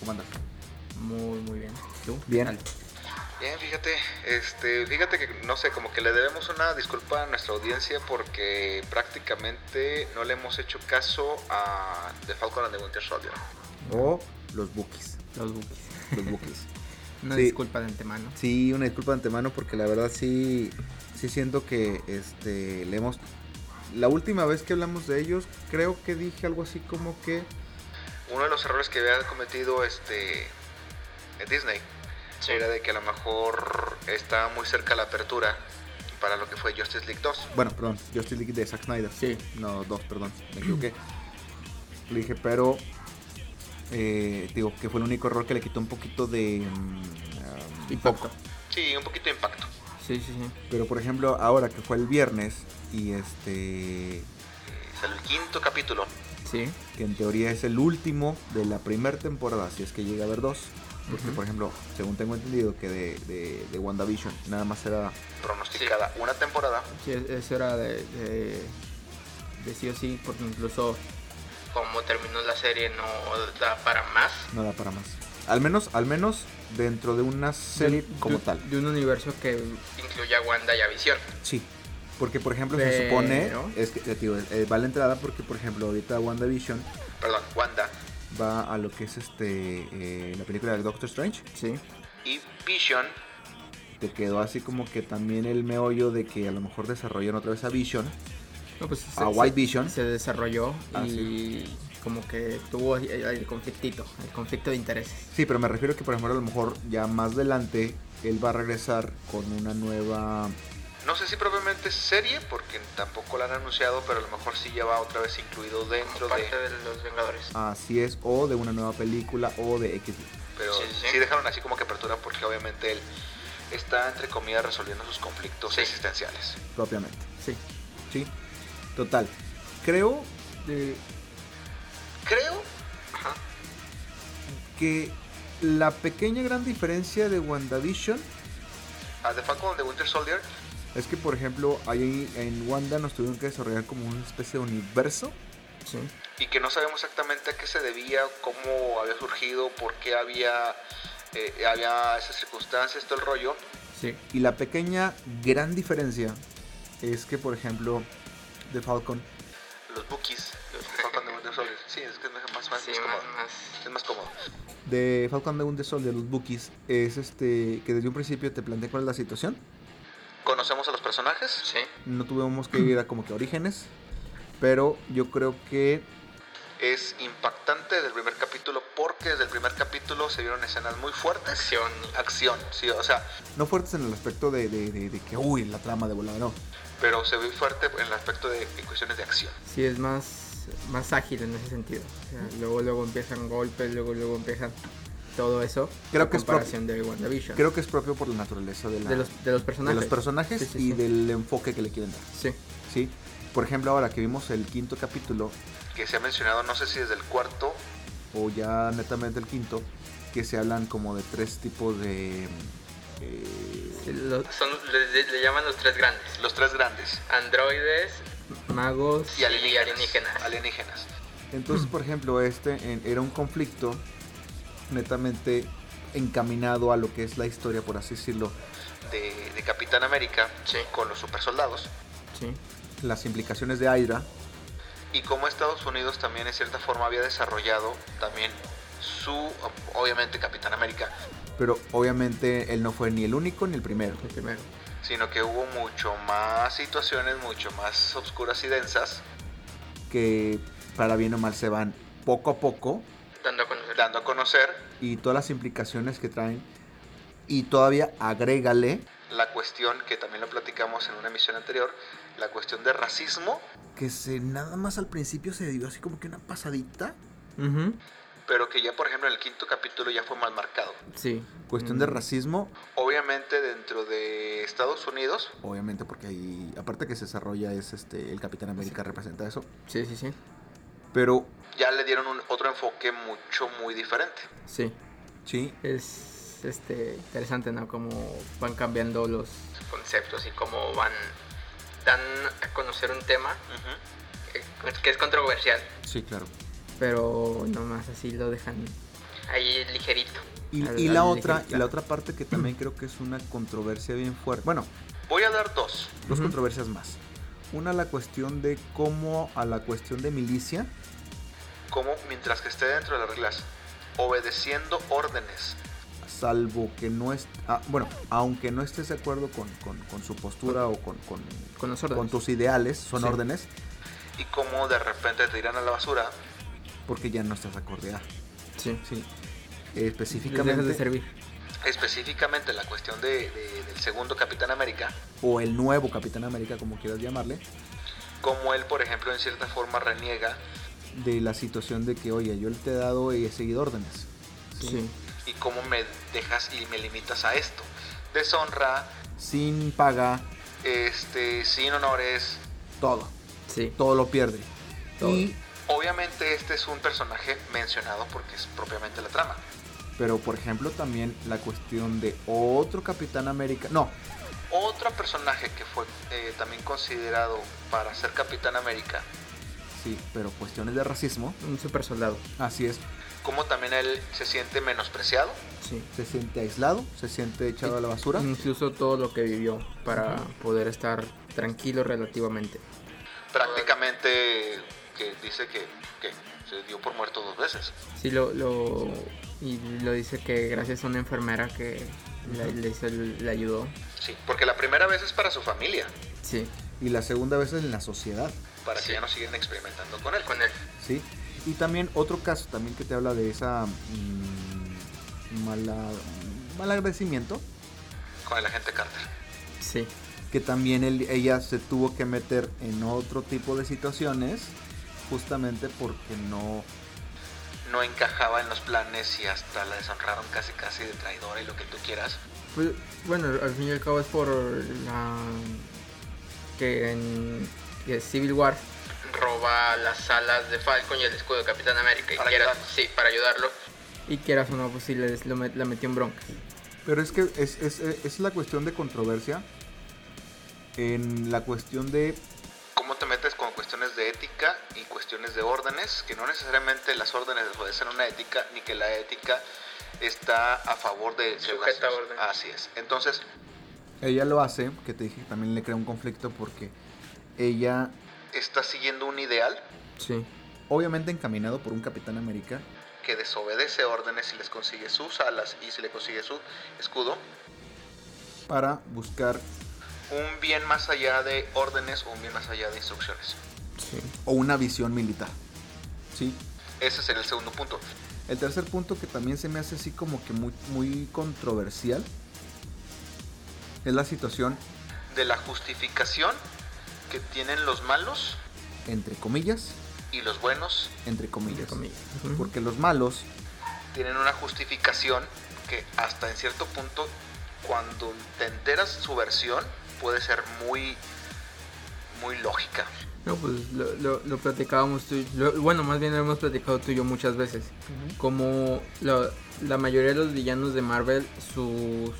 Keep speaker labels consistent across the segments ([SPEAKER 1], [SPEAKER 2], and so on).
[SPEAKER 1] ¿Cómo andas?
[SPEAKER 2] Muy, muy bien. ¿Tú?
[SPEAKER 1] Bien.
[SPEAKER 3] Bien, fíjate, este, fíjate que no sé, como que le debemos una disculpa a nuestra audiencia porque prácticamente no le hemos hecho caso a The Falcon and the Winter Soldier.
[SPEAKER 1] O los bookies.
[SPEAKER 2] Los bookies.
[SPEAKER 1] Los bookies.
[SPEAKER 2] Una
[SPEAKER 1] Sí.
[SPEAKER 2] disculpa de antemano.
[SPEAKER 1] Sí, una disculpa de antemano porque la verdad sí, sí siento que este, le hemos... La última vez que hablamos de ellos, creo que dije algo así como que...
[SPEAKER 3] Uno de los errores que había cometido este eh, Disney era de que a lo mejor estaba muy cerca la apertura para lo que fue Justice League 2.
[SPEAKER 1] Bueno, perdón, yo estoy de Zack Snyder.
[SPEAKER 2] Sí.
[SPEAKER 1] No, dos, perdón, me equivoqué. Le dije, pero... eh, digo, que fue el único error que le quitó un poquito de... mm, um,
[SPEAKER 2] Impacto.
[SPEAKER 3] Sí, un poquito de impacto.
[SPEAKER 2] Sí, sí, sí.
[SPEAKER 1] Pero por ejemplo, ahora que fue el viernes y este
[SPEAKER 3] Es Eh, el quinto capítulo.
[SPEAKER 2] Sí.
[SPEAKER 1] que en teoría es el último de la primera temporada, si es que llega a haber dos. Porque,
[SPEAKER 2] Ujú.
[SPEAKER 1] por ejemplo, según tengo entendido que de, de, de WandaVision nada más era...
[SPEAKER 3] Pronosticada una temporada.
[SPEAKER 2] Sí, es- eso era de, de, de sí o sí, porque incluso como terminó la serie no da para más.
[SPEAKER 1] no da para más. Al menos, al menos dentro de una serie como tal.
[SPEAKER 2] De un universo que incluya Wanda y a Visión.
[SPEAKER 1] Sí. Porque, por ejemplo, se
[SPEAKER 2] Pero-
[SPEAKER 1] supone... Es que, eh, tío, eh, va a la entrada porque, por ejemplo, ahorita WandaVision
[SPEAKER 3] Perdón, Wanda.
[SPEAKER 1] va a lo que es este eh, la película de Doctor Strange.
[SPEAKER 2] Sí.
[SPEAKER 3] Y Vision.
[SPEAKER 1] Te quedó así como que también el meollo de que a lo mejor desarrollan otra vez a Vision.
[SPEAKER 2] No, pues,
[SPEAKER 1] a White Vision.
[SPEAKER 2] se desarrolló
[SPEAKER 1] Ah,
[SPEAKER 2] y como que tuvo el, el conflictito, el conflicto de intereses.
[SPEAKER 1] Sí, pero me refiero que, por ejemplo, a lo mejor ya más adelante él va a regresar con una nueva.
[SPEAKER 3] No sé si propiamente es serie, porque tampoco la han anunciado, pero a lo mejor sí ya va otra vez incluido dentro de...
[SPEAKER 2] los Vengadores.
[SPEAKER 1] Así es, o de una nueva película, o de X.
[SPEAKER 3] Pero sí,
[SPEAKER 2] Sí, sí.
[SPEAKER 3] dejaron así como que apertura, porque obviamente él está, entre comillas, resolviendo sus conflictos existenciales.
[SPEAKER 1] propiamente.
[SPEAKER 2] Sí.
[SPEAKER 1] Sí, total. Creo eh,
[SPEAKER 3] Creo...
[SPEAKER 1] que la pequeña gran diferencia de WandaVision
[SPEAKER 3] A The Falcon de Winter Soldier,
[SPEAKER 1] es que, por ejemplo, ahí en Wanda nos tuvieron que desarrollar como una especie de universo.
[SPEAKER 2] Sí.
[SPEAKER 3] y que no sabemos exactamente a qué se debía, cómo había surgido, por qué había, eh, había esas circunstancias, todo el rollo.
[SPEAKER 2] Sí.
[SPEAKER 1] Y la pequeña gran diferencia es que, por ejemplo, The Falcon
[SPEAKER 3] Los bookies. Los Falcon de Winter Soldier. Sí, es que es más, más, más cómodo. Es más cómodo.
[SPEAKER 1] de Falcon de Winter Soldier, los Bookies, es este que desde un principio te planteé cuál es la situación.
[SPEAKER 3] Conocemos a los personajes. Sí.
[SPEAKER 1] No tuvimos que ir a como que orígenes, pero yo creo que
[SPEAKER 3] Es impactante desde el primer capítulo porque desde el primer capítulo se vieron escenas muy fuertes. Acción. Acción, sí. O sea,
[SPEAKER 1] no fuertes en el aspecto de, de- de- de que, uy, la trama de volada, no.
[SPEAKER 3] pero se vio fuerte en el aspecto de en cuestiones de acción.
[SPEAKER 2] Sí, es más, más ágil en ese sentido. O sea, luego, luego empiezan golpes, luego, luego empiezan todo eso.
[SPEAKER 1] Creo
[SPEAKER 2] A
[SPEAKER 1] que es
[SPEAKER 2] comparación de WandaVision.
[SPEAKER 1] Creo que es propio por la naturaleza de, la-
[SPEAKER 2] de los, de los
[SPEAKER 1] de
[SPEAKER 2] personajes.
[SPEAKER 1] los personajes
[SPEAKER 2] Sí, sí,
[SPEAKER 1] y
[SPEAKER 2] sí.
[SPEAKER 1] del enfoque que le quieren dar,
[SPEAKER 2] Sí.
[SPEAKER 1] ¿sí? Por ejemplo, ahora que vimos el quinto capítulo,
[SPEAKER 3] Que se ha mencionado, no sé si desde el cuarto.
[SPEAKER 1] o ya netamente el quinto, que se hablan como de tres tipos de... eh,
[SPEAKER 2] le, llaman los tres grandes.
[SPEAKER 3] Los tres grandes.
[SPEAKER 2] Androides, magos
[SPEAKER 3] Y alienígenas. Alienígenas.
[SPEAKER 1] Entonces, por ejemplo, este en- era un conflicto netamente encaminado a lo que es la historia, por así decirlo,
[SPEAKER 3] De, de Capitán América con los supersoldados.
[SPEAKER 2] Sí.
[SPEAKER 1] las implicaciones de Aira.
[SPEAKER 3] y cómo Estados Unidos también en cierta forma había desarrollado también su, obviamente Capitán América,
[SPEAKER 1] Pero obviamente él no fue ni el único ni el primero.
[SPEAKER 2] El primero.
[SPEAKER 3] sino que hubo mucho más situaciones, mucho más oscuras y densas,
[SPEAKER 1] Que para bien o mal se van poco a poco
[SPEAKER 2] Dando a conocer.
[SPEAKER 3] dando a conocer
[SPEAKER 1] y todas las implicaciones que traen. Y todavía agrégale
[SPEAKER 3] la cuestión que también lo platicamos en una emisión anterior, la cuestión de racismo,
[SPEAKER 1] que se nada más al principio se dio así como que una pasadita.
[SPEAKER 3] pero que ya por ejemplo en el quinto capítulo ya fue más marcado.
[SPEAKER 2] Sí.
[SPEAKER 1] Cuestión de racismo,
[SPEAKER 3] Obviamente dentro de Estados Unidos,
[SPEAKER 1] obviamente porque ahí, aparte que se desarrolla es este, el Capitán América representa eso.
[SPEAKER 2] Sí, sí, sí.
[SPEAKER 1] Pero
[SPEAKER 3] ya le dieron un- otro enfoque mucho, muy diferente.
[SPEAKER 2] Sí.
[SPEAKER 1] sí,
[SPEAKER 2] Es este interesante, ¿no? Cómo van cambiando los conceptos y cómo van dan a conocer un tema
[SPEAKER 3] Ujú.
[SPEAKER 2] que es controversial,
[SPEAKER 1] Sí, claro.
[SPEAKER 2] pero nomás así lo dejan ahí ligerito.
[SPEAKER 1] Y,
[SPEAKER 2] Al-
[SPEAKER 1] y la
[SPEAKER 2] al
[SPEAKER 1] otra, y
[SPEAKER 2] ligerito.
[SPEAKER 1] la otra parte que también creo que es una controversia bien fuerte. Bueno,
[SPEAKER 3] Voy a dar dos.
[SPEAKER 1] dos
[SPEAKER 2] Ujú.
[SPEAKER 1] controversias más. Una la cuestión de cómo a la cuestión de milicia.
[SPEAKER 3] Como mientras que esté dentro de las reglas, obedeciendo órdenes.
[SPEAKER 1] salvo que no es ah, bueno aunque no estés de acuerdo con, con- con su postura o con, con,
[SPEAKER 2] Con los órdenes.
[SPEAKER 1] con tus ideales son
[SPEAKER 2] Sí.
[SPEAKER 1] órdenes
[SPEAKER 3] Y como de repente te irán a la basura.
[SPEAKER 1] porque ya no estás acorde a
[SPEAKER 2] Sí.
[SPEAKER 1] sí Eh,
[SPEAKER 2] Les dejas de
[SPEAKER 1] específicamente
[SPEAKER 2] servir.
[SPEAKER 3] Específicamente la cuestión de- de- del segundo Capitán América.
[SPEAKER 1] o el nuevo Capitán América como quieras llamarle
[SPEAKER 3] Como él, por ejemplo, en cierta forma reniega
[SPEAKER 1] de la situación de que oye yo te he dado y he seguido órdenes
[SPEAKER 2] Sí.
[SPEAKER 3] y cómo me dejas y me limitas a esto. Deshonra,
[SPEAKER 1] sin paga
[SPEAKER 3] este, sin honores.
[SPEAKER 1] todo
[SPEAKER 2] Sí.
[SPEAKER 1] todo lo pierde
[SPEAKER 2] Todo.
[SPEAKER 1] Y-
[SPEAKER 3] Obviamente este es un personaje mencionado porque es propiamente la trama.
[SPEAKER 1] pero por ejemplo también la cuestión de otro Capitán América no
[SPEAKER 3] Otro personaje que fue eh, también considerado para ser Capitán América,
[SPEAKER 1] sí pero cuestiones de racismo
[SPEAKER 2] Un super soldado.
[SPEAKER 1] así es
[SPEAKER 3] como también él se siente menospreciado.
[SPEAKER 2] Sí.
[SPEAKER 1] se siente aislado, se siente echado a la basura.
[SPEAKER 2] Incluso todo lo que vivió para poder estar tranquilo relativamente.
[SPEAKER 3] Prácticamente que dice que, que se dio por muerto dos veces.
[SPEAKER 2] Sí, lo, lo, y lo dice que gracias a una enfermera que le, le hizo el- le ayudó.
[SPEAKER 3] Sí, porque la primera vez es para su familia,
[SPEAKER 2] Sí.
[SPEAKER 1] Y la segunda vez en la sociedad,
[SPEAKER 3] para
[SPEAKER 2] Sí.
[SPEAKER 3] que ya no sigan experimentando con él.
[SPEAKER 2] él.
[SPEAKER 1] ¿sí? Y también otro caso también que te habla de esa mm, mala, mal agradecimiento,
[SPEAKER 3] Con el agente Carter.
[SPEAKER 2] Sí.
[SPEAKER 1] que también él- ella se tuvo que meter en otro tipo de situaciones justamente porque no...
[SPEAKER 3] No encajaba en los planes y hasta la deshonraron casi casi de traidora y lo que tú quieras.
[SPEAKER 2] Pues, bueno, al fin y al cabo es por la. que en que Civil War roba las alas de Falcon y el escudo de Capitán América.
[SPEAKER 3] Para quieras- ayudarlo.
[SPEAKER 2] sí, para ayudarlo. Y quieras o no, pues sí, les- lo met- la metió en bronca.
[SPEAKER 1] Pero es que es, es- es la cuestión de controversia en la cuestión de
[SPEAKER 3] ¿Cómo te metes con cuestiones de ética y cuestiones de órdenes? Que no necesariamente las órdenes obedecen una ética, ni que la ética está a favor de...
[SPEAKER 2] Sujeta a orden.
[SPEAKER 3] Así es. Entonces,
[SPEAKER 1] ella lo hace, que te dije que también le crea un conflicto porque ella
[SPEAKER 3] está siguiendo un ideal
[SPEAKER 2] Sí.
[SPEAKER 1] obviamente encaminado por un Capitán América,
[SPEAKER 3] que desobedece órdenes y les consigue sus alas y si le consigue su escudo.
[SPEAKER 1] para buscar
[SPEAKER 3] Un bien más allá de órdenes o un bien más allá de instrucciones.
[SPEAKER 2] Sí.
[SPEAKER 1] o una visión militar. Sí.
[SPEAKER 3] Ese sería el segundo punto.
[SPEAKER 1] El tercer punto que también se me hace así como que muy, muy controversial es la situación,
[SPEAKER 3] De la justificación que tienen los malos
[SPEAKER 1] entre comillas,
[SPEAKER 3] y los buenos
[SPEAKER 1] entre comillas.
[SPEAKER 2] Entre comillas.
[SPEAKER 1] Porque los malos,
[SPEAKER 3] tienen una justificación que hasta en cierto punto, cuando te enteras su versión, puede ser muy, muy lógica.
[SPEAKER 2] No, pues lo, lo- lo platicábamos tú. y- lo- bueno, más bien lo hemos platicado tú y yo muchas veces. Como la, la mayoría de los villanos de Marvel, sus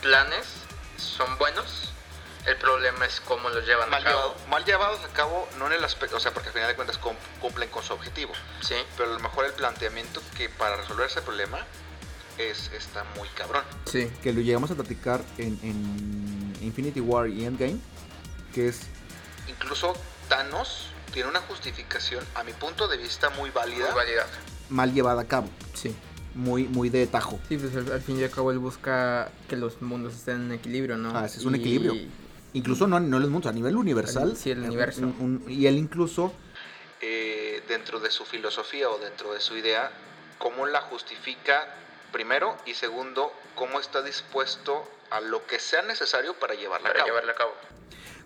[SPEAKER 2] planes son buenos. El problema es cómo los llevan
[SPEAKER 3] Mal, llevado- mal llevados a cabo, no en el aspecto, o sea, porque al final de cuentas cum- cumplen con su objetivo,
[SPEAKER 2] Sí,
[SPEAKER 3] pero a lo mejor el planteamiento que para resolver ese problema es, está muy cabrón.
[SPEAKER 2] sí,
[SPEAKER 1] que lo llegamos a platicar en, en Infinity War y Endgame, que es
[SPEAKER 3] Incluso Thanos tiene una justificación, a mi punto de vista, muy válida.
[SPEAKER 1] mal llevada a cabo,
[SPEAKER 2] sí.
[SPEAKER 1] muy, muy de tajo.
[SPEAKER 2] Sí, pues al, al fin y al cabo él busca que los mundos estén en equilibrio, ¿no?
[SPEAKER 1] Ah, ese es un
[SPEAKER 2] Y-
[SPEAKER 1] equilibrio. Incluso no, no los mundos, a nivel universal.
[SPEAKER 2] Sí, el
[SPEAKER 1] un-
[SPEAKER 2] universo.
[SPEAKER 1] un- un- y él incluso
[SPEAKER 3] eh, dentro de su filosofía o dentro de su idea, cómo la justifica primero y segundo, cómo está dispuesto a lo que sea necesario para llevarla a cabo.
[SPEAKER 2] a cabo.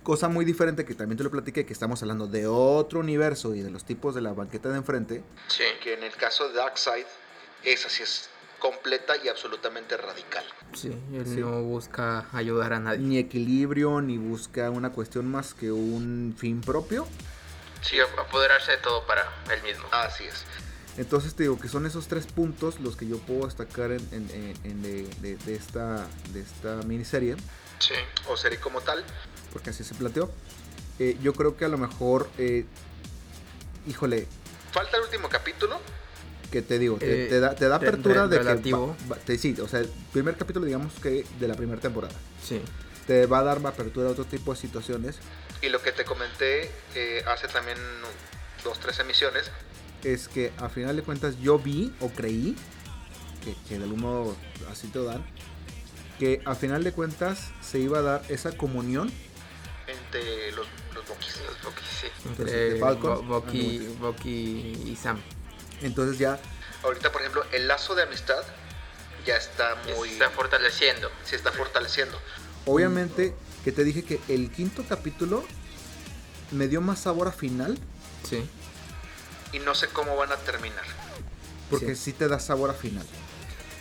[SPEAKER 1] Cosa muy diferente que también te lo platiqué, que estamos hablando de otro universo y de los tipos de la banqueta de enfrente.
[SPEAKER 2] Sí.
[SPEAKER 3] Que en el caso de Darkseid, esa sí es completa y absolutamente radical.
[SPEAKER 2] Sí, él
[SPEAKER 1] Sí.
[SPEAKER 2] no busca ayudar a nadie.
[SPEAKER 1] Ni equilibrio, ni busca una cuestión más que un fin propio.
[SPEAKER 2] Sí, apoderarse de todo para él mismo.
[SPEAKER 3] Así es.
[SPEAKER 1] Entonces te digo que son esos tres puntos los que yo puedo destacar en, en- en- en de, de- de esta, de esta miniserie,
[SPEAKER 2] Sí.
[SPEAKER 3] O serie como tal,
[SPEAKER 1] porque así se planteó. Eh, yo creo que a lo mejor, eh, híjole,
[SPEAKER 3] falta el último capítulo,
[SPEAKER 1] que te digo, te,
[SPEAKER 2] Eh,
[SPEAKER 1] te da, te da
[SPEAKER 2] re-
[SPEAKER 1] apertura
[SPEAKER 2] re-
[SPEAKER 1] de
[SPEAKER 2] relativo.
[SPEAKER 1] que... va- va- te- sí, o sea, el primer capítulo digamos que de la primera temporada.
[SPEAKER 2] Sí.
[SPEAKER 1] Te va a dar apertura a otro tipo de situaciones.
[SPEAKER 3] Y lo que te comenté eh, hace también dos, tres emisiones,
[SPEAKER 1] Es que a final de cuentas yo vi o creí, que, que de algún modo así te lo dan, que a final de cuentas se iba a dar esa comunión
[SPEAKER 3] entre los, los boquis. Los boquis, sí.
[SPEAKER 1] Entonces,
[SPEAKER 2] Entre
[SPEAKER 1] de Ah, Falcons,
[SPEAKER 2] Eh, Bo- Bucky,
[SPEAKER 1] and
[SPEAKER 2] Bucky y Sam.
[SPEAKER 1] Entonces ya,
[SPEAKER 3] Ahorita, por ejemplo, el lazo de amistad ya está muy...
[SPEAKER 4] está fortaleciendo.
[SPEAKER 3] se está fortaleciendo.
[SPEAKER 1] obviamente, que te dije que el quinto capítulo me dio más sabor a final,
[SPEAKER 2] Sí.
[SPEAKER 3] Y no sé cómo van a terminar.
[SPEAKER 1] porque sí, te da sabor a final.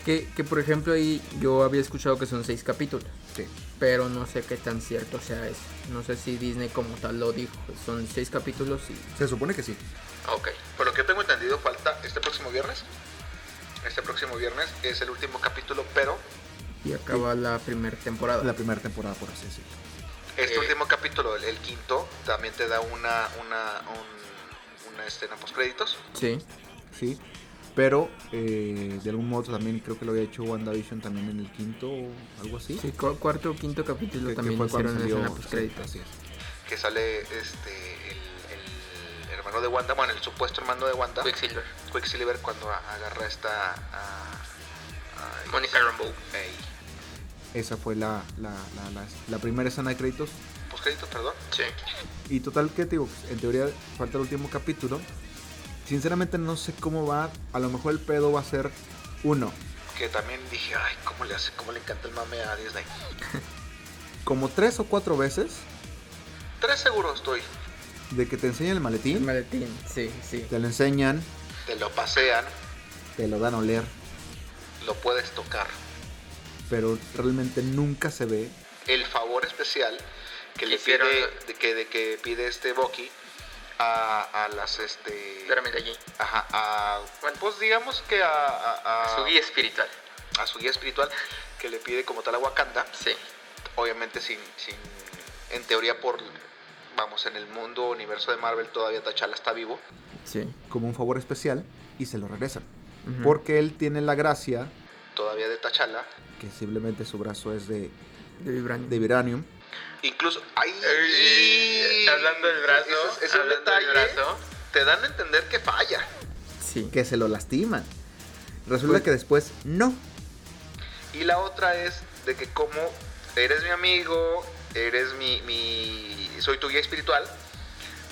[SPEAKER 2] Que, que por ejemplo ahí yo había escuchado que son seis capítulos,
[SPEAKER 1] Sí.
[SPEAKER 2] pero no sé qué tan cierto sea eso. No sé si Disney como tal lo dijo. pues, Son seis capítulos y
[SPEAKER 1] Se supone que sí.
[SPEAKER 3] Ok. Por lo que tengo entendido, falta este próximo viernes. Este próximo viernes es el último capítulo, pero
[SPEAKER 2] y acaba la primera temporada.
[SPEAKER 1] La primera temporada, por así decirlo.
[SPEAKER 3] este
[SPEAKER 4] Eh.
[SPEAKER 3] último capítulo, el, el quinto, también te da una, una, un- una escena postcréditos.
[SPEAKER 2] Sí,
[SPEAKER 1] Sí. Pero eh, de algún modo también creo que lo había hecho WandaVision también en el quinto o algo así.
[SPEAKER 2] sí, cu- cuarto o quinto capítulo
[SPEAKER 1] Que- que
[SPEAKER 2] también
[SPEAKER 1] fue cuando
[SPEAKER 2] hicieron
[SPEAKER 1] salió-
[SPEAKER 2] escena postcrédito.
[SPEAKER 1] sí, así es.
[SPEAKER 3] Que sale este el, el hermano de Wanda, bueno, el supuesto hermano de Wanda,
[SPEAKER 4] Quicksilver.
[SPEAKER 3] Quicksilver, cuando ah, a- agarra esta. a- a-
[SPEAKER 4] Monica Rambeau.
[SPEAKER 3] Ey,
[SPEAKER 1] Esa fue la, la, la, la- la primera escena de créditos.
[SPEAKER 3] postcréditos, perdón.
[SPEAKER 4] Sí.
[SPEAKER 1] Y total, que te digo? En teoría falta el último capítulo. Sinceramente no sé cómo va. A lo mejor el pedo va a ser uno.
[SPEAKER 3] Que también dije, ay, cómo le hace, cómo le encanta el mame a Disney.
[SPEAKER 1] Como tres o cuatro veces
[SPEAKER 3] Tres seguros estoy.
[SPEAKER 1] de que te enseñan el
[SPEAKER 2] El
[SPEAKER 1] maletín.
[SPEAKER 2] maletín, sí, sí.
[SPEAKER 1] Te lo enseñan,
[SPEAKER 3] Te lo pasean,
[SPEAKER 1] te lo dan a oler.
[SPEAKER 3] lo puedes tocar.
[SPEAKER 1] Pero realmente nunca se ve.
[SPEAKER 3] El favor especial que le
[SPEAKER 4] Hicieron-
[SPEAKER 3] pide, de que, de que pide este Bucky a, a las este.
[SPEAKER 4] Claramente allí.
[SPEAKER 3] Ajá, a, bueno, pues digamos que a, a-
[SPEAKER 1] Ah.
[SPEAKER 3] a-
[SPEAKER 4] Su guía espiritual.
[SPEAKER 3] a su guía espiritual que le pide como tal a Wakanda,
[SPEAKER 4] Sí.
[SPEAKER 3] obviamente sin, sin en teoría por vamos en el mundo universo de Marvel todavía T'Challa está vivo.
[SPEAKER 2] sí.
[SPEAKER 1] como un favor especial y se lo regresan.
[SPEAKER 2] Ujú.
[SPEAKER 1] Porque él tiene la gracia,
[SPEAKER 3] Todavía de T'Challa.
[SPEAKER 1] que simplemente su brazo es de,
[SPEAKER 2] De Vibranium.
[SPEAKER 1] de Vibranium.
[SPEAKER 3] Incluso. ¡Ay!
[SPEAKER 4] Eh, hablando del brazo,
[SPEAKER 3] Esos- esos
[SPEAKER 4] hablando del
[SPEAKER 3] detalles
[SPEAKER 4] brazo.
[SPEAKER 3] Te dan a entender que falla.
[SPEAKER 2] Sí.
[SPEAKER 1] que se lo lastiman. Resulta
[SPEAKER 2] Pues-
[SPEAKER 1] que después no.
[SPEAKER 3] Y la otra es de que como eres mi amigo, eres mi, mi soy tu guía espiritual,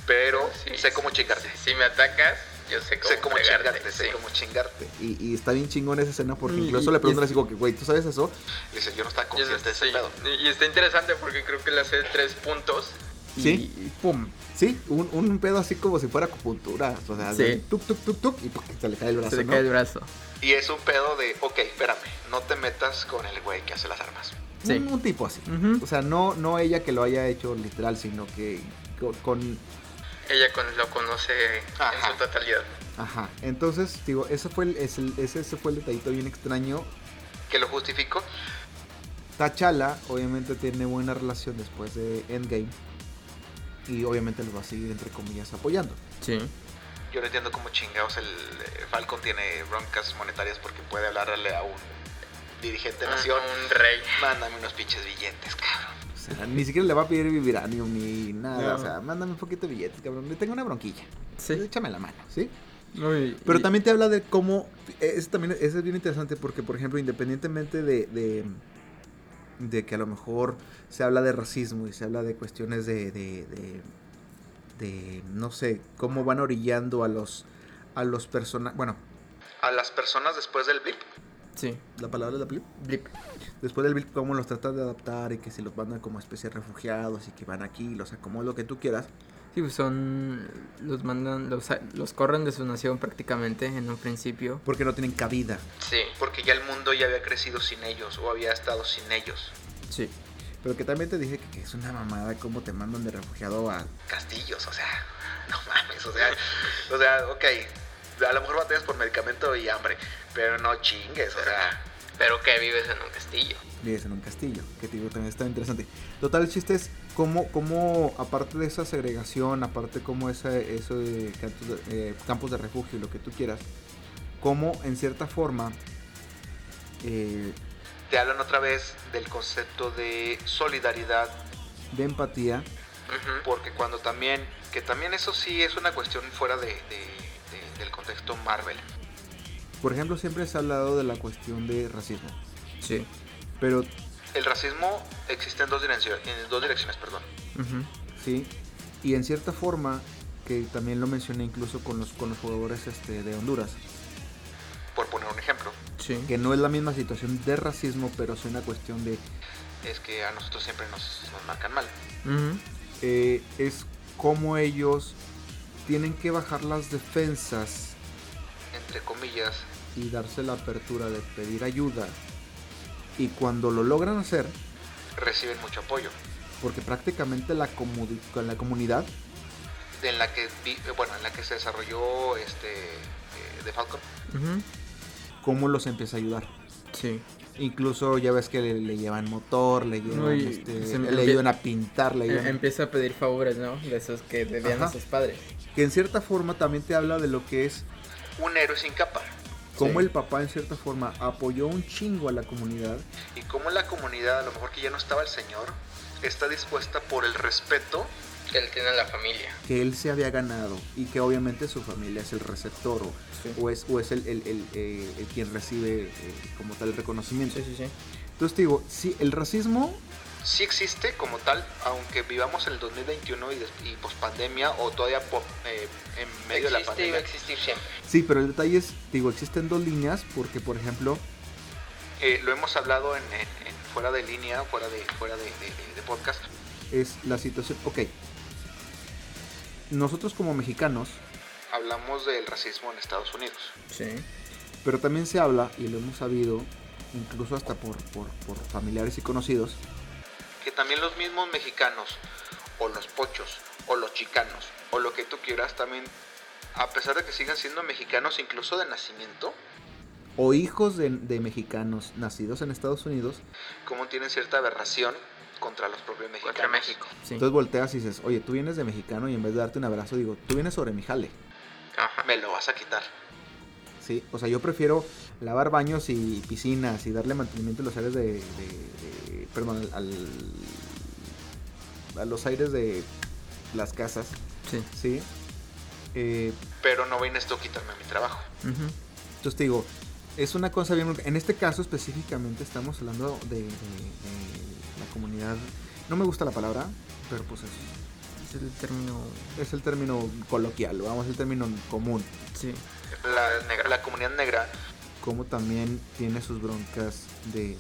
[SPEAKER 3] pero
[SPEAKER 4] Sí,
[SPEAKER 3] sé cómo chingarte.
[SPEAKER 4] Si, si me atacas, yo sé cómo,
[SPEAKER 3] sé cómo
[SPEAKER 4] pegarte,
[SPEAKER 3] chingarte, sé
[SPEAKER 4] sí.
[SPEAKER 3] cómo chingarte.
[SPEAKER 1] Y, y está bien chingón esa escena porque
[SPEAKER 2] Y-
[SPEAKER 1] incluso
[SPEAKER 2] Mm, y-
[SPEAKER 1] le
[SPEAKER 2] y
[SPEAKER 1] preguntan
[SPEAKER 2] es-
[SPEAKER 1] así como que, güey, ¿tú sabes eso?
[SPEAKER 3] Y dice, yo no estaba
[SPEAKER 4] Y eso-
[SPEAKER 3] consciente de ese
[SPEAKER 4] sí.
[SPEAKER 3] pedo.
[SPEAKER 4] Y está interesante porque creo que le hace tres puntos.
[SPEAKER 2] Y-
[SPEAKER 1] Sí.
[SPEAKER 2] y pum.
[SPEAKER 1] Sí, un, un pedo así como si fuera acupuntura. O sea,
[SPEAKER 2] Sí.
[SPEAKER 1] tuk, tuk, tuk, tuk, y ¡pum! se le cae el brazo,
[SPEAKER 2] Se le
[SPEAKER 1] ¿no?
[SPEAKER 2] cae el brazo.
[SPEAKER 3] Y es un pedo de, ok, espérame, no te metas con el güey que hace las armas.
[SPEAKER 2] Sí.
[SPEAKER 1] Un, un tipo así.
[SPEAKER 2] Ujú.
[SPEAKER 1] O sea, no, no ella que lo haya hecho literal, sino que con- con
[SPEAKER 4] Ella con, lo conoce
[SPEAKER 3] Ajá.
[SPEAKER 4] en su totalidad.
[SPEAKER 1] Ajá, entonces, digo, ese fue el, es el- ese, ese fue el detallito bien extraño.
[SPEAKER 3] Que lo justificó.
[SPEAKER 1] T'Challa, obviamente, tiene buena relación después de Endgame. Y obviamente los va a seguir, entre comillas, apoyando.
[SPEAKER 2] Sí.
[SPEAKER 3] Yo no entiendo cómo chingados el eh, Falcon tiene broncas monetarias porque puede hablarle a un dirigente de nación.
[SPEAKER 4] Ah, Un, un rey.
[SPEAKER 3] Mándame unos pinches billetes, cabrón.
[SPEAKER 1] O sea, ni siquiera le va a pedir Vibranium ni nada.
[SPEAKER 2] No.
[SPEAKER 1] O sea, mándame un poquito de billetes, cabrón. Le tengo una bronquilla.
[SPEAKER 2] Sí.
[SPEAKER 1] Échame la mano, ¿sí?
[SPEAKER 2] No, y-
[SPEAKER 1] Pero
[SPEAKER 2] y-
[SPEAKER 1] también te habla de cómo. eh, Eso también ese es bien interesante porque, por ejemplo, independientemente de, de, de que a lo mejor se habla de racismo y se habla de cuestiones de. de, de- de, no sé, cómo van orillando a los. a los personajes. Bueno,
[SPEAKER 3] A las personas después del blip.
[SPEAKER 2] Sí.
[SPEAKER 1] la palabra es la película.
[SPEAKER 2] Blip.
[SPEAKER 1] Después del Bill, cómo los tratan de adaptar y que si los mandan como especie de refugiados y que van aquí y los acomodan lo que tú quieras.
[SPEAKER 2] Sí, pues son. Los mandan. Los, los corren de su nación prácticamente en un principio.
[SPEAKER 1] Porque no tienen cabida.
[SPEAKER 4] Sí.
[SPEAKER 3] Porque ya el mundo ya había crecido sin ellos o había estado sin ellos.
[SPEAKER 2] Sí.
[SPEAKER 1] Pero que también te dije que, que es una mamada cómo te mandan de refugiado a
[SPEAKER 3] Castillos, o sea, no mames, o sea, o sea, ok, a lo mejor batallas por medicamento y hambre, pero no chingues, o sea,
[SPEAKER 4] Pero que vives en un castillo.
[SPEAKER 1] vives en un castillo, que te digo, también está interesante. Total, el chiste es cómo, cómo aparte de esa segregación, aparte como esa, eso de campos de, eh, campos de refugio y lo que tú quieras, cómo en cierta forma eh,
[SPEAKER 3] Te hablan otra vez del concepto de solidaridad,
[SPEAKER 1] de empatía.
[SPEAKER 4] Ujú.
[SPEAKER 3] porque cuando también, que también eso sí es una cuestión fuera de, de- de- del contexto Marvel.
[SPEAKER 1] Por ejemplo, siempre se ha hablado de la cuestión de racismo,
[SPEAKER 2] Sí.
[SPEAKER 1] pero
[SPEAKER 3] El racismo existe en dos direcciones, en dos direcciones, perdón.
[SPEAKER 2] Ujú.
[SPEAKER 1] sí, y en cierta forma, que también lo mencioné incluso con los, con los jugadores este, de Honduras,
[SPEAKER 3] Por poner un ejemplo,
[SPEAKER 2] Sí.
[SPEAKER 1] que no es la misma situación de racismo, pero sí una cuestión de
[SPEAKER 3] es que a nosotros siempre nos, nos marcan mal.
[SPEAKER 2] Ujú.
[SPEAKER 1] eh, es cómo ellos tienen que bajar las defensas
[SPEAKER 3] entre comillas,
[SPEAKER 1] y darse la apertura de pedir ayuda. Y cuando lo logran hacer,
[SPEAKER 3] reciben mucho apoyo.
[SPEAKER 1] porque prácticamente la, comudi- con la comunidad,
[SPEAKER 3] En la que vi- bueno, en la que se desarrolló este eh, The Falcon.
[SPEAKER 2] Ujú.
[SPEAKER 1] cómo los empieza a ayudar.
[SPEAKER 2] Sí.
[SPEAKER 1] Incluso ya ves que le, le llevan motor, le llevan,
[SPEAKER 2] Uy,
[SPEAKER 1] este,
[SPEAKER 2] se me-
[SPEAKER 1] le
[SPEAKER 2] empie-
[SPEAKER 1] ayudan a pintar, le
[SPEAKER 2] Eh,
[SPEAKER 1] ayudan-
[SPEAKER 2] empieza a pedir favores, ¿no? De esos que debían
[SPEAKER 1] Ajá.
[SPEAKER 2] a sus padres.
[SPEAKER 1] que en cierta forma también te habla de lo que es
[SPEAKER 3] Un héroe sin capa.
[SPEAKER 1] cómo
[SPEAKER 2] Sí.
[SPEAKER 1] el papá en cierta forma apoyó un chingo a la comunidad.
[SPEAKER 3] Y cómo la comunidad, a lo mejor que ya no estaba el señor, está dispuesta por el respeto.
[SPEAKER 4] Que él tiene a la familia.
[SPEAKER 1] que él se había ganado y que obviamente su familia es el receptor o,
[SPEAKER 2] Sí.
[SPEAKER 1] o es, o es el, el- el, eh, el quien recibe eh, como tal el reconocimiento.
[SPEAKER 2] Sí, sí, sí.
[SPEAKER 1] Entonces te digo, sí, el racismo,
[SPEAKER 3] Sí existe como tal, aunque vivamos el 2021 y, des- y pospandemia o todavía po- eh, en medio de la
[SPEAKER 4] Existe y va a
[SPEAKER 3] pandemia.
[SPEAKER 4] existir siempre.
[SPEAKER 1] sí, pero el detalle es, te digo, existen dos líneas porque, por ejemplo,
[SPEAKER 3] Eh, lo hemos hablado en, en- en fuera de línea, fuera de fuera de, de- de- de podcast.
[SPEAKER 1] es la situación, ok, nosotros como mexicanos,
[SPEAKER 3] Hablamos del racismo en Estados Unidos.
[SPEAKER 2] Sí.
[SPEAKER 1] pero también se habla, y lo hemos sabido, incluso hasta por, por, por familiares y conocidos,
[SPEAKER 3] que también los mismos mexicanos o los pochos o los chicanos o lo que tú quieras también a pesar de que sigan siendo mexicanos incluso de nacimiento
[SPEAKER 1] o hijos de, de mexicanos nacidos en Estados Unidos,
[SPEAKER 3] como tienen cierta aberración contra los propios mexicanos
[SPEAKER 4] Contra México.
[SPEAKER 2] Sí.
[SPEAKER 1] Entonces volteas y dices, oye, tú vienes de mexicano y en vez de darte un abrazo digo, tú vienes sobre mi jale.
[SPEAKER 4] Ajá.
[SPEAKER 3] me lo vas a quitar
[SPEAKER 1] ¿Sí? O sea, yo prefiero lavar baños y piscinas y darle mantenimiento a los aires de... de- de- perdón, al, al- a los aires de las casas.
[SPEAKER 2] Sí.
[SPEAKER 1] ¿Sí? Eh,
[SPEAKER 3] pero no vienes tú a quitarme mi trabajo
[SPEAKER 2] Ujú.
[SPEAKER 1] entonces te digo, es una cosa bien... En este caso específicamente estamos hablando de, de- de la comunidad... No me gusta la palabra, pero pues es,
[SPEAKER 2] Es el término.
[SPEAKER 1] es el término coloquial, vamos, el término común.
[SPEAKER 2] Sí.
[SPEAKER 3] la, la comunidad negra
[SPEAKER 1] como también tiene sus broncas de, de-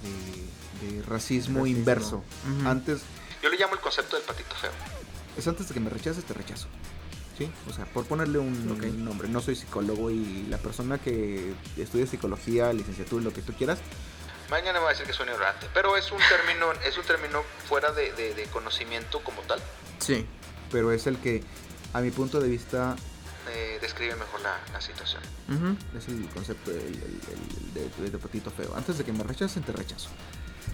[SPEAKER 1] de racismo,
[SPEAKER 2] Racismo.
[SPEAKER 1] inverso.
[SPEAKER 2] Ujú.
[SPEAKER 1] Antes,
[SPEAKER 3] yo le llamo el concepto del patito feo
[SPEAKER 1] es antes de que me rechaces, te rechazo. ¿Sí? O sea, por ponerle un
[SPEAKER 2] Ok.
[SPEAKER 1] nombre, no soy psicólogo y la persona que estudia psicología, licenciatura, lo que tú quieras,
[SPEAKER 3] mañana me va a decir que soy un ignorante pero es un término es un término fuera de, de- de conocimiento como tal
[SPEAKER 2] Sí.
[SPEAKER 1] pero es el que, a mi punto de vista,
[SPEAKER 3] Eh, describe mejor la, la situación
[SPEAKER 2] Ujú.
[SPEAKER 1] es el concepto del- el- el- el de, de patito feo. Antes de que me rechacen, te rechazo.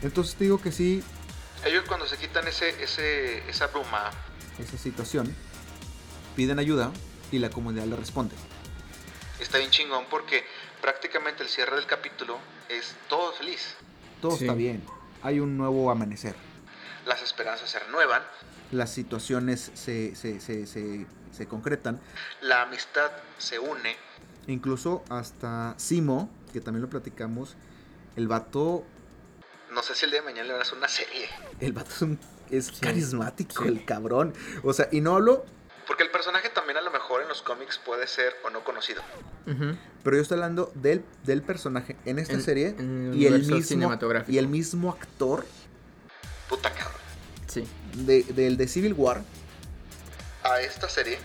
[SPEAKER 1] Entonces te digo que sí,
[SPEAKER 3] ellos cuando se quitan ese, ese esa bruma
[SPEAKER 1] esa situación, piden ayuda y la comunidad le responde.
[SPEAKER 3] Está bien chingón porque prácticamente el cierre del capítulo es todo feliz.
[SPEAKER 1] Todo
[SPEAKER 2] Sí.
[SPEAKER 1] está bien, hay un nuevo amanecer.
[SPEAKER 3] Las esperanzas se renuevan,
[SPEAKER 1] las situaciones se, se- se- se- se concretan.
[SPEAKER 3] la amistad se une.
[SPEAKER 1] Incluso hasta Simo, que también lo platicamos, el vato,
[SPEAKER 3] No sé si el día de mañana le van a hacer una serie.
[SPEAKER 1] el vato es, un- es
[SPEAKER 2] Sí.
[SPEAKER 1] carismático,
[SPEAKER 2] Sí.
[SPEAKER 1] el cabrón. O sea, y no hablo,
[SPEAKER 3] Porque el personaje también a lo mejor en los cómics puede ser o no conocido.
[SPEAKER 2] Ujú.
[SPEAKER 1] pero yo estoy hablando del, del personaje en esta
[SPEAKER 2] En-
[SPEAKER 1] serie
[SPEAKER 2] en el
[SPEAKER 1] y, el
[SPEAKER 2] universo
[SPEAKER 1] mismo,
[SPEAKER 2] cinematográfico.
[SPEAKER 1] y el mismo actor
[SPEAKER 3] Puta cabrón.
[SPEAKER 2] Sí.
[SPEAKER 1] de- del de Civil War.
[SPEAKER 3] A esta serie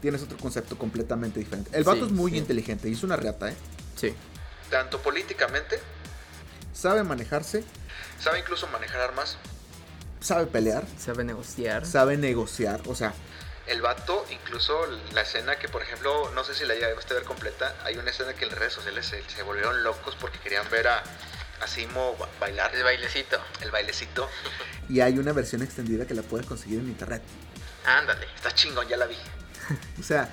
[SPEAKER 1] Tienes otro concepto completamente diferente. El vato
[SPEAKER 2] Sí,
[SPEAKER 1] es muy
[SPEAKER 2] sí.
[SPEAKER 1] inteligente, hizo una reata, ¿eh?
[SPEAKER 2] Sí.
[SPEAKER 3] tanto políticamente,
[SPEAKER 1] Sabe manejarse,
[SPEAKER 3] sabe incluso manejar armas.
[SPEAKER 1] sabe pelear,
[SPEAKER 2] Sabe negociar.
[SPEAKER 1] sabe negociar. O sea,
[SPEAKER 3] El vato, incluso la escena que, por ejemplo, no sé si la llegaste a ver completa, hay una escena que en las redes sociales se, se volvieron locos porque querían ver a, a Simo ba- bailar
[SPEAKER 4] El bailecito.
[SPEAKER 3] el bailecito.
[SPEAKER 1] y hay una versión extendida que la puedes conseguir en internet.
[SPEAKER 4] Ándale.
[SPEAKER 3] Está chingón, ya la vi.
[SPEAKER 1] O sea,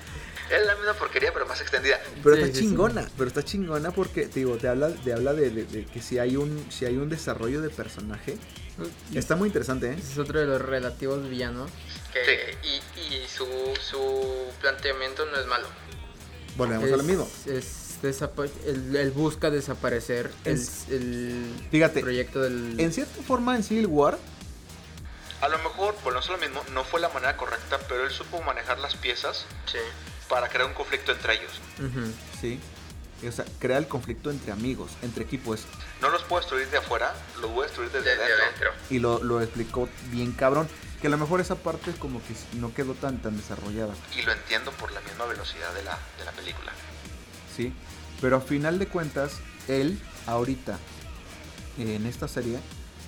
[SPEAKER 3] Es la misma porquería, pero más extendida.
[SPEAKER 1] Pero
[SPEAKER 2] Sí,
[SPEAKER 1] está
[SPEAKER 2] sí, sí.
[SPEAKER 1] chingona, pero está chingona porque, te digo, te habla, te habla de, de- de que si hay, un, si hay un desarrollo de personaje. Está muy interesante, ¿eh?
[SPEAKER 2] Ese es otro de los relativos villanos.
[SPEAKER 4] Que- Y, y su, su planteamiento no es malo.
[SPEAKER 1] Volvemos a lo
[SPEAKER 2] Es-
[SPEAKER 1] mismo.
[SPEAKER 2] Es desapa- el, el busca desaparecer el-
[SPEAKER 1] Es-
[SPEAKER 2] el,
[SPEAKER 1] Fíjate,
[SPEAKER 2] proyecto del...
[SPEAKER 1] en cierta forma en Civil War,
[SPEAKER 3] A lo mejor, por lo mismo, no fue la manera correcta, pero él supo manejar las piezas
[SPEAKER 4] Sí.
[SPEAKER 3] para crear un conflicto entre ellos.
[SPEAKER 2] Ujú.
[SPEAKER 1] sí. O sea, crea el conflicto entre amigos, entre equipos.
[SPEAKER 3] No los puedo destruir de afuera, los voy a destruir desde,
[SPEAKER 4] Desde
[SPEAKER 3] adentro.
[SPEAKER 4] adentro.
[SPEAKER 1] Y lo, lo explicó bien cabrón. Que a lo mejor esa parte como que no quedó tan, tan desarrollada.
[SPEAKER 3] Y lo entiendo por la misma velocidad de la, de la película.
[SPEAKER 1] ¿sí? Pero a final de cuentas, él, ahorita, en esta serie,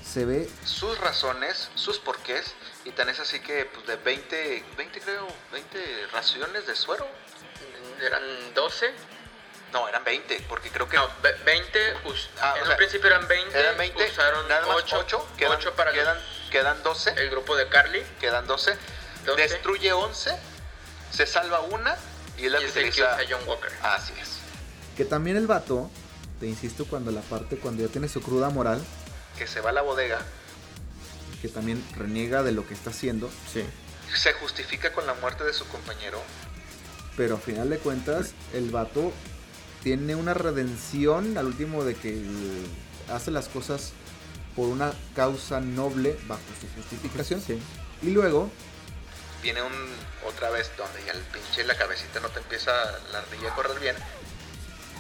[SPEAKER 1] se ve
[SPEAKER 3] Sus razones, sus porqués, y tan es así que pues de 20, 20 creo, 20 raciones de suero.
[SPEAKER 4] Eran 12.
[SPEAKER 3] No, eran 20, porque creo que...
[SPEAKER 4] No, ve- 20. us-
[SPEAKER 3] Ah,
[SPEAKER 4] en
[SPEAKER 3] o
[SPEAKER 4] un
[SPEAKER 3] sea,
[SPEAKER 4] principio eran 20.
[SPEAKER 3] Eran 20,
[SPEAKER 4] Usaron
[SPEAKER 3] nada más
[SPEAKER 4] 8.
[SPEAKER 3] 8, quedan,
[SPEAKER 4] para los-
[SPEAKER 3] quedan, quedan 12,
[SPEAKER 4] el grupo de Carly.
[SPEAKER 3] quedan 12,
[SPEAKER 4] 12.
[SPEAKER 3] destruye 11, se salva una y es la
[SPEAKER 4] y
[SPEAKER 3] que
[SPEAKER 4] es el que
[SPEAKER 3] utiliza...
[SPEAKER 4] usa John Walker.
[SPEAKER 3] Así es.
[SPEAKER 1] que también el vato, te insisto, cuando la parte, cuando ya tiene su cruda moral,
[SPEAKER 3] Que se va a la bodega,
[SPEAKER 1] que también reniega de lo que está haciendo,
[SPEAKER 2] Sí.
[SPEAKER 3] se justifica con la muerte de su compañero.
[SPEAKER 1] pero a final de cuentas, el vato tiene una redención al último de que eh, hace las cosas por una causa noble bajo su justificación.
[SPEAKER 2] Sí.
[SPEAKER 1] Y luego,
[SPEAKER 3] Viene un otra vez donde ya el pinche la cabecita no te empieza la ardilla a correr bien.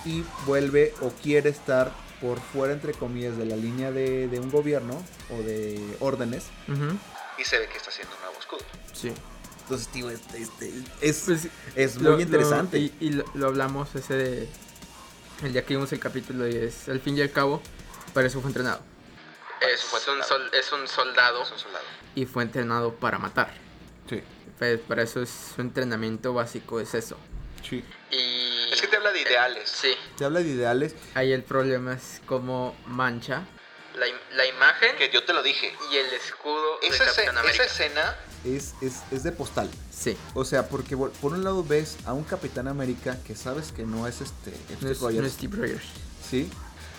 [SPEAKER 1] y vuelve o quiere estar por fuera, entre comillas, de la línea de, de un gobierno o de órdenes.
[SPEAKER 2] Ujú.
[SPEAKER 3] y se ve que está haciendo un nuevo escudo.
[SPEAKER 2] Sí.
[SPEAKER 1] Entonces, tío, este, este, es,
[SPEAKER 2] Pues,
[SPEAKER 1] es muy
[SPEAKER 2] lo- lo-
[SPEAKER 1] interesante.
[SPEAKER 2] y y lo, lo hablamos ese de... El día que vimos el capítulo y es, al fin y al cabo, para eso fue entrenado.
[SPEAKER 4] Es un, sol- es un soldado.
[SPEAKER 3] Es un soldado.
[SPEAKER 2] Y fue entrenado para matar. Pues, para eso es su entrenamiento básico, es eso.
[SPEAKER 1] sí.
[SPEAKER 4] Y...
[SPEAKER 3] Es que te habla de ideales.
[SPEAKER 4] Sí.
[SPEAKER 1] Se habla de ideales.
[SPEAKER 2] Ahí el problema es como mancha.
[SPEAKER 4] La, im- la imagen
[SPEAKER 3] Que yo te lo dije.
[SPEAKER 4] y el escudo de
[SPEAKER 3] Esa,
[SPEAKER 4] Capitán
[SPEAKER 3] escena-
[SPEAKER 4] América.
[SPEAKER 3] esa escena
[SPEAKER 1] Es, es, es de postal.
[SPEAKER 2] Sí.
[SPEAKER 1] O sea, porque por por un lado ves a un Capitán América que sabes que no es este Steve
[SPEAKER 2] No es,
[SPEAKER 1] Rogers,
[SPEAKER 2] no es Steve Rogers.
[SPEAKER 1] ¿sí?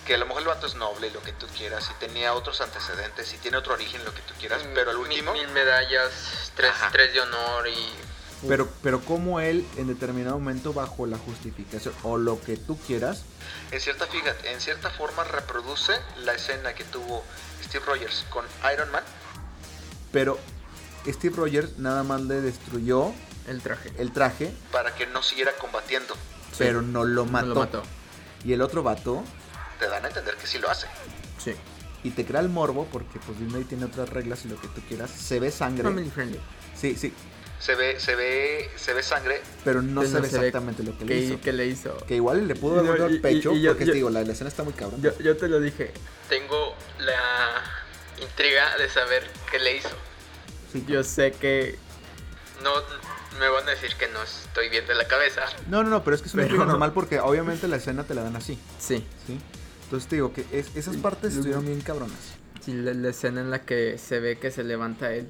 [SPEAKER 3] que a lo mejor el vato es noble y lo que tú quieras, y tenía otros antecedentes, y tiene otro origen, lo que tú quieras, pero al
[SPEAKER 4] Mi-
[SPEAKER 3] último,
[SPEAKER 4] Mil, medallas, tres,
[SPEAKER 3] Ajá.
[SPEAKER 4] tres de honor y.
[SPEAKER 1] Pero, pero como él en determinado momento bajo la justificación o lo que tú quieras,
[SPEAKER 3] en cierta, fíjate, en cierta forma reproduce la escena que tuvo Steve Rogers con Iron Man,
[SPEAKER 1] pero Steve Rogers nada más le destruyó
[SPEAKER 2] El traje.
[SPEAKER 1] el traje,
[SPEAKER 3] para que no siguiera combatiendo.
[SPEAKER 2] Sí.
[SPEAKER 1] pero no lo
[SPEAKER 2] No
[SPEAKER 1] mató.
[SPEAKER 2] lo mató.
[SPEAKER 1] Y el otro vato,
[SPEAKER 3] Te dan a entender que sí lo hace.
[SPEAKER 2] Sí.
[SPEAKER 1] y te crea el morbo, porque pues Disney tiene otras reglas y lo que tú quieras, se ve sangre.
[SPEAKER 2] Family friendly.
[SPEAKER 1] Sí, sí,
[SPEAKER 3] Se ve, se ve, se ve sangre.
[SPEAKER 1] pero no
[SPEAKER 2] Pues
[SPEAKER 1] se
[SPEAKER 2] no
[SPEAKER 1] ve
[SPEAKER 2] se ve
[SPEAKER 1] exactamente lo que
[SPEAKER 2] ¿Qué
[SPEAKER 1] le hizo.
[SPEAKER 2] que le hizo?
[SPEAKER 1] Que igual le pudo
[SPEAKER 2] Y-
[SPEAKER 1] haber dado
[SPEAKER 2] y-
[SPEAKER 1] el
[SPEAKER 2] y-
[SPEAKER 1] pecho,
[SPEAKER 2] y yo-
[SPEAKER 1] porque
[SPEAKER 2] yo-
[SPEAKER 1] te digo, la, la escena está muy cabrón.
[SPEAKER 2] Yo, yo te lo dije.
[SPEAKER 4] Tengo la intriga de saber qué le hizo.
[SPEAKER 2] Yo sé que.
[SPEAKER 4] No me van a decir que no estoy bien de la cabeza.
[SPEAKER 1] No, no, no, pero es que es una
[SPEAKER 2] Pero-
[SPEAKER 1] película normal porque obviamente la escena te la dan así,
[SPEAKER 2] Sí.
[SPEAKER 1] ¿sí? Entonces te digo que es- esas partes
[SPEAKER 2] Y- y-
[SPEAKER 1] estuvieron bien cabronas.
[SPEAKER 2] sí, la, la escena en la que se ve que se levanta él.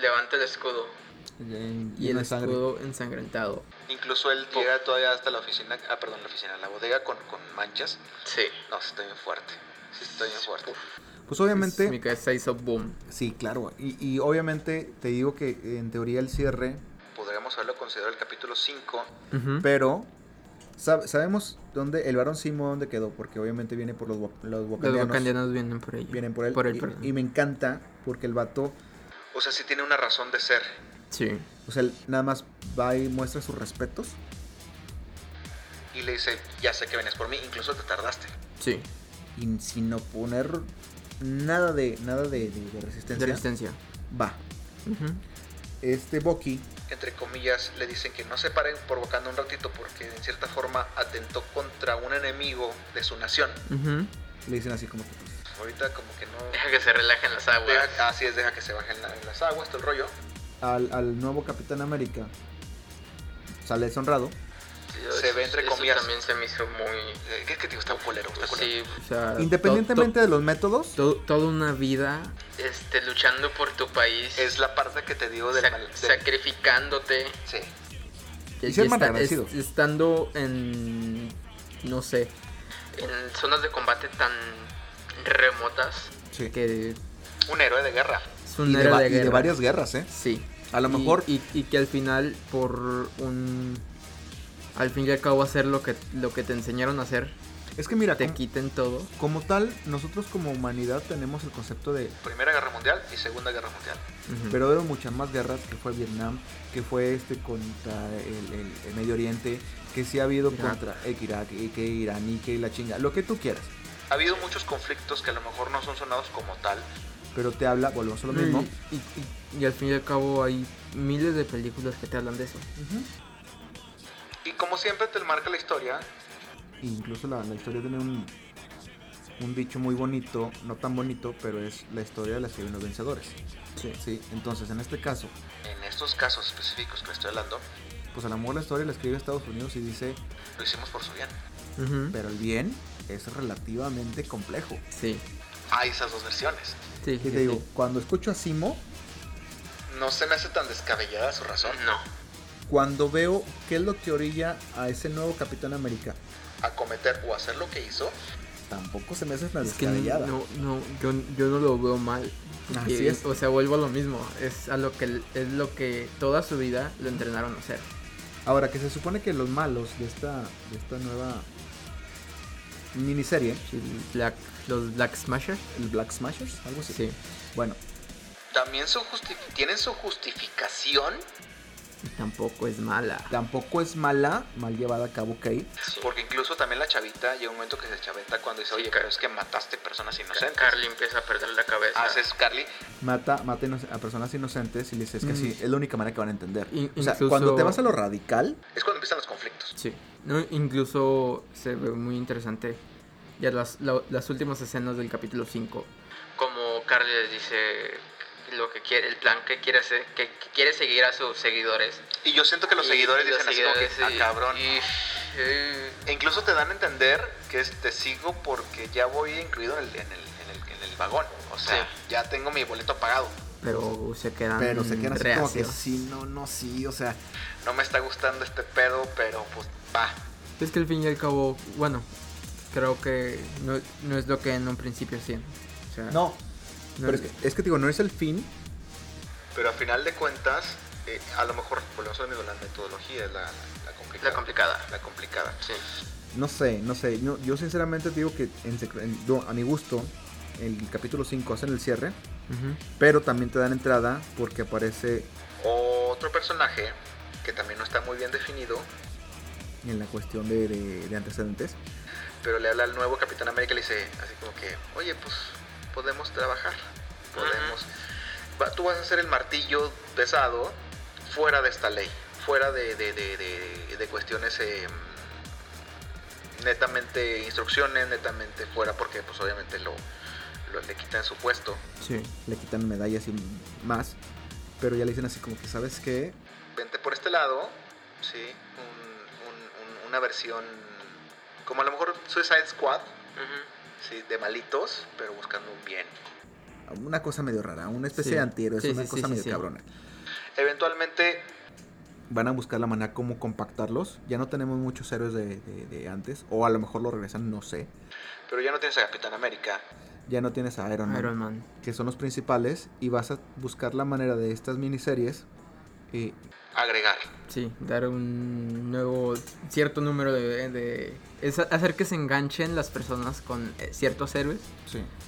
[SPEAKER 4] Levanta el escudo.
[SPEAKER 2] Y
[SPEAKER 1] Lleno
[SPEAKER 2] el
[SPEAKER 1] de sangre.
[SPEAKER 2] escudo ensangrentado.
[SPEAKER 3] Incluso él llega todavía hasta la oficina, ah, perdón, la oficina, la bodega con, con manchas.
[SPEAKER 4] Sí.
[SPEAKER 3] No, sí estoy bien fuerte. Sí estoy bien fuerte.
[SPEAKER 1] Pues obviamente,
[SPEAKER 2] Pues, Mi cabeza hizo boom.
[SPEAKER 1] sí, claro. Y, y obviamente te digo que en teoría el cierre,
[SPEAKER 3] Podríamos haberlo considerado el capítulo 5.
[SPEAKER 2] Ujú.
[SPEAKER 1] pero sab- sabemos dónde el varón Simo dónde quedó, porque obviamente viene por los, wa- los
[SPEAKER 2] Los
[SPEAKER 1] wakandianos.
[SPEAKER 2] wakandianos vienen por ahí.
[SPEAKER 1] Vienen por él.
[SPEAKER 2] Por él,
[SPEAKER 1] y-
[SPEAKER 2] perdón.
[SPEAKER 1] y, me encanta porque el vato,
[SPEAKER 3] O sea, sí tiene una razón de ser.
[SPEAKER 2] Sí.
[SPEAKER 1] o sea, él nada más va y muestra sus respetos.
[SPEAKER 3] Y le dice, ya sé que vienes por mí, incluso te tardaste.
[SPEAKER 2] Sí.
[SPEAKER 1] Y sin oponer nada de, nada de, de- de
[SPEAKER 2] De
[SPEAKER 1] resistencia.
[SPEAKER 2] resistencia.
[SPEAKER 1] Va.
[SPEAKER 2] Ujú.
[SPEAKER 1] Este Bucky,
[SPEAKER 3] Entre comillas, le dicen que no se paren por Wakanda un ratito porque en cierta forma atentó contra un enemigo de su nación.
[SPEAKER 2] Ujú.
[SPEAKER 1] le dicen así como que pues,
[SPEAKER 3] Ahorita como que no...
[SPEAKER 4] Deja que se relajen las aguas.
[SPEAKER 3] deja- así es, deja que se bajen la- las aguas, todo el rollo.
[SPEAKER 1] al, al nuevo Capitán América sale deshonrado.
[SPEAKER 4] Sí,
[SPEAKER 3] Se
[SPEAKER 4] eso-
[SPEAKER 3] ve entre
[SPEAKER 4] eso
[SPEAKER 3] comillas.
[SPEAKER 4] también se me hizo muy. pues
[SPEAKER 3] Eh, ¿Qué es que te digo? Está culero, está culero.
[SPEAKER 4] Sí,
[SPEAKER 2] O sea,
[SPEAKER 1] Independientemente de los métodos,
[SPEAKER 2] to- to- toda una vida.
[SPEAKER 4] este, luchando por tu país.
[SPEAKER 3] Es la parte que te digo del
[SPEAKER 4] sac-
[SPEAKER 3] mal... del-
[SPEAKER 4] sacrificándote.
[SPEAKER 3] Sí.
[SPEAKER 1] Y sean malagradecidos.
[SPEAKER 2] es- estando en. No sé.
[SPEAKER 4] En zonas de combate tan remotas.
[SPEAKER 1] Sí.
[SPEAKER 2] Que
[SPEAKER 3] Un héroe de guerra.
[SPEAKER 2] es
[SPEAKER 1] Y
[SPEAKER 2] un
[SPEAKER 1] de,
[SPEAKER 2] héroe
[SPEAKER 1] va-
[SPEAKER 2] de
[SPEAKER 1] y de
[SPEAKER 2] guerra.
[SPEAKER 1] varias guerras, ¿eh?
[SPEAKER 2] Sí.
[SPEAKER 1] A lo
[SPEAKER 2] Y-
[SPEAKER 1] mejor-
[SPEAKER 2] Y, y que al final, por un. Al fin y al cabo, hacer lo que, lo que te enseñaron a hacer,
[SPEAKER 1] Es que mira,
[SPEAKER 2] te
[SPEAKER 1] como,
[SPEAKER 2] quiten todo.
[SPEAKER 1] como tal, nosotros como humanidad tenemos el concepto de
[SPEAKER 3] Primera Guerra Mundial y Segunda Guerra Mundial.
[SPEAKER 2] Ujú.
[SPEAKER 1] pero hubo muchas más guerras que fue Vietnam, que fue este contra el, el- el Medio Oriente, que sí ha habido
[SPEAKER 2] Irak.
[SPEAKER 1] contra eh, que Irak, y que Irán y que la chinga, lo que tú quieras.
[SPEAKER 3] Ha habido muchos conflictos que a lo mejor no son sonados como tal.
[SPEAKER 1] Pero te habla, volvemos a lo mismo.
[SPEAKER 2] Y, y- y al fin y al cabo, hay miles de películas que te hablan de eso.
[SPEAKER 1] Ujú.
[SPEAKER 3] Y como siempre te marca la historia,
[SPEAKER 1] Incluso la, la historia tiene un, un dicho muy bonito, no tan bonito, pero es la historia de las que vienen los vencedores.
[SPEAKER 2] Sí.
[SPEAKER 1] Sí, entonces en este caso,
[SPEAKER 3] en estos casos específicos que estoy hablando,
[SPEAKER 1] pues a lo mejor la historia la escribe Estados Unidos y dice,
[SPEAKER 3] lo hicimos por su bien.
[SPEAKER 1] pero el bien es relativamente complejo.
[SPEAKER 2] Sí.
[SPEAKER 3] Hay esas dos versiones.
[SPEAKER 2] Sí,
[SPEAKER 1] Y
[SPEAKER 2] sí,
[SPEAKER 1] te digo,
[SPEAKER 2] sí.
[SPEAKER 1] cuando escucho a Simo,
[SPEAKER 3] No se me hace tan descabellada su razón.
[SPEAKER 4] No.
[SPEAKER 1] cuando veo qué es lo que orilla a ese nuevo Capitán América,
[SPEAKER 3] Acometer o hacer lo que hizo,
[SPEAKER 1] tampoco se me hace una
[SPEAKER 2] Es que
[SPEAKER 1] descabellada.
[SPEAKER 2] no, no, yo, yo no lo veo mal.
[SPEAKER 1] Así
[SPEAKER 2] Y-
[SPEAKER 1] es.
[SPEAKER 2] O sea, vuelvo a lo mismo. Es a lo que es lo que toda su vida lo entrenaron a hacer.
[SPEAKER 1] Ahora, que se supone que los malos de esta, de esta nueva miniserie,
[SPEAKER 2] Sí, Black- los Black Smashers.
[SPEAKER 1] el Black Smashers, algo así.
[SPEAKER 2] Sí.
[SPEAKER 1] Bueno,
[SPEAKER 3] también su justi- tienen su justificación
[SPEAKER 2] Y tampoco es mala.
[SPEAKER 1] tampoco es mala, mal llevada a cabo, ok.
[SPEAKER 3] Porque incluso también la chavita llega un momento que se chaveta cuando dice, oye, pero es que mataste personas inocentes.
[SPEAKER 4] Carly empieza a perder la cabeza.
[SPEAKER 3] Haces Carly,
[SPEAKER 1] Mata, mata inoc- a personas inocentes y le dices que
[SPEAKER 2] Mm.
[SPEAKER 1] sí, es la única manera que van a entender.
[SPEAKER 2] In-
[SPEAKER 1] o sea,
[SPEAKER 2] incluso-
[SPEAKER 1] cuando te vas a lo radical,
[SPEAKER 3] es cuando empiezan los conflictos.
[SPEAKER 2] Sí. No, incluso se ve muy interesante. Ya las, la- las últimas escenas del capítulo 5.
[SPEAKER 4] Como Carly les dice lo que quiere, el plan que quiere hacer, que, que quiere seguir a sus seguidores.
[SPEAKER 3] Y yo siento que los
[SPEAKER 4] Y-
[SPEAKER 3] seguidores
[SPEAKER 4] y los
[SPEAKER 3] dicen así como que,
[SPEAKER 4] seguidores,
[SPEAKER 3] "Ah,
[SPEAKER 4] y-
[SPEAKER 3] cabrón.
[SPEAKER 4] y- eh,
[SPEAKER 3] E incluso te dan a entender que es- te sigo porque ya voy incluido en el, en el, en el- en el vagón. O sea,
[SPEAKER 4] Sí.
[SPEAKER 3] ya tengo mi boleto pagado.
[SPEAKER 2] Pero se quedan.
[SPEAKER 1] pero se quedan así como que
[SPEAKER 2] reacios.
[SPEAKER 1] sí, no, no, sí, o sea,
[SPEAKER 3] No me está gustando este pedo, pero pues va.
[SPEAKER 2] Es que al fin y al cabo, bueno, creo que no, no es lo que en un principio hacían. O sea,
[SPEAKER 1] no.
[SPEAKER 2] no-
[SPEAKER 1] Pero es que, es que te digo, no es el fin,
[SPEAKER 3] Pero a final de cuentas, eh, a lo mejor volvemos a lo mismo, la metodología es la, la complicada.
[SPEAKER 4] La complicada.
[SPEAKER 3] La complicada.
[SPEAKER 4] sí.
[SPEAKER 1] No sé, no sé. Yo, yo sinceramente te digo que en secre- en- yo, a mi gusto, el capítulo 5 hacen el cierre,
[SPEAKER 2] Ujú.
[SPEAKER 1] pero también te dan entrada porque aparece
[SPEAKER 3] Otro personaje que también no está muy bien definido,
[SPEAKER 1] en la cuestión de, de- de antecedentes.
[SPEAKER 3] pero le habla al nuevo Capitán América y le dice así como que, oye, pues podemos trabajar, podemos... Va- tú vas a hacer el martillo pesado fuera de esta ley, fuera de, de- de- de- de cuestiones eh, netamente instrucciones, netamente fuera, porque pues obviamente lo, lo- le quitan su puesto.
[SPEAKER 2] Sí.
[SPEAKER 1] Le quitan medallas y más, pero ya le dicen así como que, ¿sabes qué?
[SPEAKER 3] Vente por este lado, sí, un- un- un- una versión como a lo mejor Suicide Squad.
[SPEAKER 4] Ujú.
[SPEAKER 3] Sí, de malitos, pero buscando un bien.
[SPEAKER 1] Una cosa medio rara, una especie
[SPEAKER 2] Sí.
[SPEAKER 1] de antihéroe,
[SPEAKER 2] Sí,
[SPEAKER 1] es una
[SPEAKER 2] sí, sí,
[SPEAKER 1] cosa
[SPEAKER 2] sí,
[SPEAKER 1] medio
[SPEAKER 2] sí.
[SPEAKER 1] cabrona.
[SPEAKER 3] Eventualmente,
[SPEAKER 1] Van a buscar la manera como compactarlos. Ya no tenemos muchos héroes de, de- de antes, o a lo mejor lo regresan, no sé.
[SPEAKER 3] pero ya no tienes a Capitán América.
[SPEAKER 1] Ya no tienes a Iron Man.
[SPEAKER 2] Iron Man.
[SPEAKER 1] que son los principales, y vas a buscar la manera de estas miniseries. Y
[SPEAKER 3] Agregar.
[SPEAKER 2] Sí, dar un nuevo, cierto número de... de- es hacer que se enganchen las personas con eh, ciertos héroes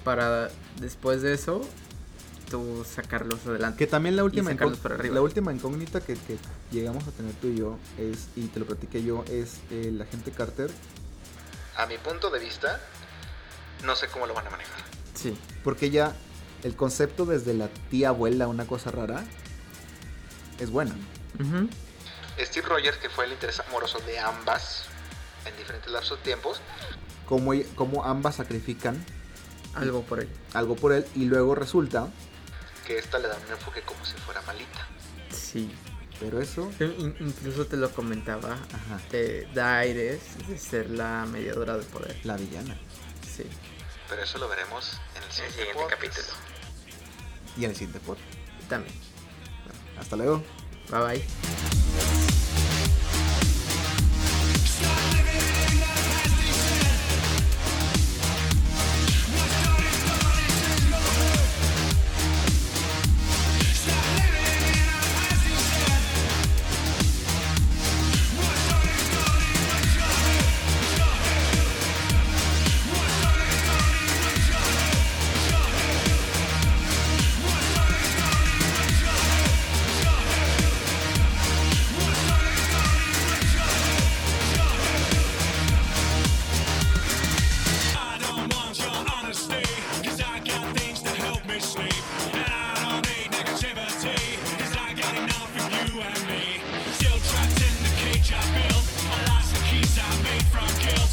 [SPEAKER 2] para después de eso tú sacarlos adelante.
[SPEAKER 1] Que también la última,
[SPEAKER 2] sacarlos
[SPEAKER 1] incógn-
[SPEAKER 2] para arriba.
[SPEAKER 1] la última incógnita que, que llegamos a tener tú y yo, es, y te lo platiqué yo, es el agente Carter.
[SPEAKER 3] A mi punto de vista, no sé cómo lo van a manejar.
[SPEAKER 2] Sí.
[SPEAKER 1] Porque ya el concepto desde la tía abuela, una cosa rara, es buena.
[SPEAKER 2] Ujú.
[SPEAKER 3] Steve Rogers, que fue el interés amoroso de ambas, en diferentes lapsos de tiempos,
[SPEAKER 1] Como, ella- como ambas sacrifican
[SPEAKER 2] Algo por ahí.
[SPEAKER 1] algo por él, y luego resulta,
[SPEAKER 3] que esta le da un enfoque como si fuera malita.
[SPEAKER 2] Sí.
[SPEAKER 1] pero eso.
[SPEAKER 2] In- incluso te lo comentaba.
[SPEAKER 1] Ajá,
[SPEAKER 2] Te da aires de ser la mediadora del poder.
[SPEAKER 1] la villana.
[SPEAKER 2] Sí.
[SPEAKER 3] Pero eso lo veremos en el siguiente,
[SPEAKER 4] siguiente
[SPEAKER 3] podcast.
[SPEAKER 4] capítulo.
[SPEAKER 1] Y en el siguiente pod.
[SPEAKER 2] También.
[SPEAKER 1] Hasta luego.
[SPEAKER 2] Bye bye.
[SPEAKER 5] you and me. Still trapped in the cage I built. My life's the keys I made from guilt.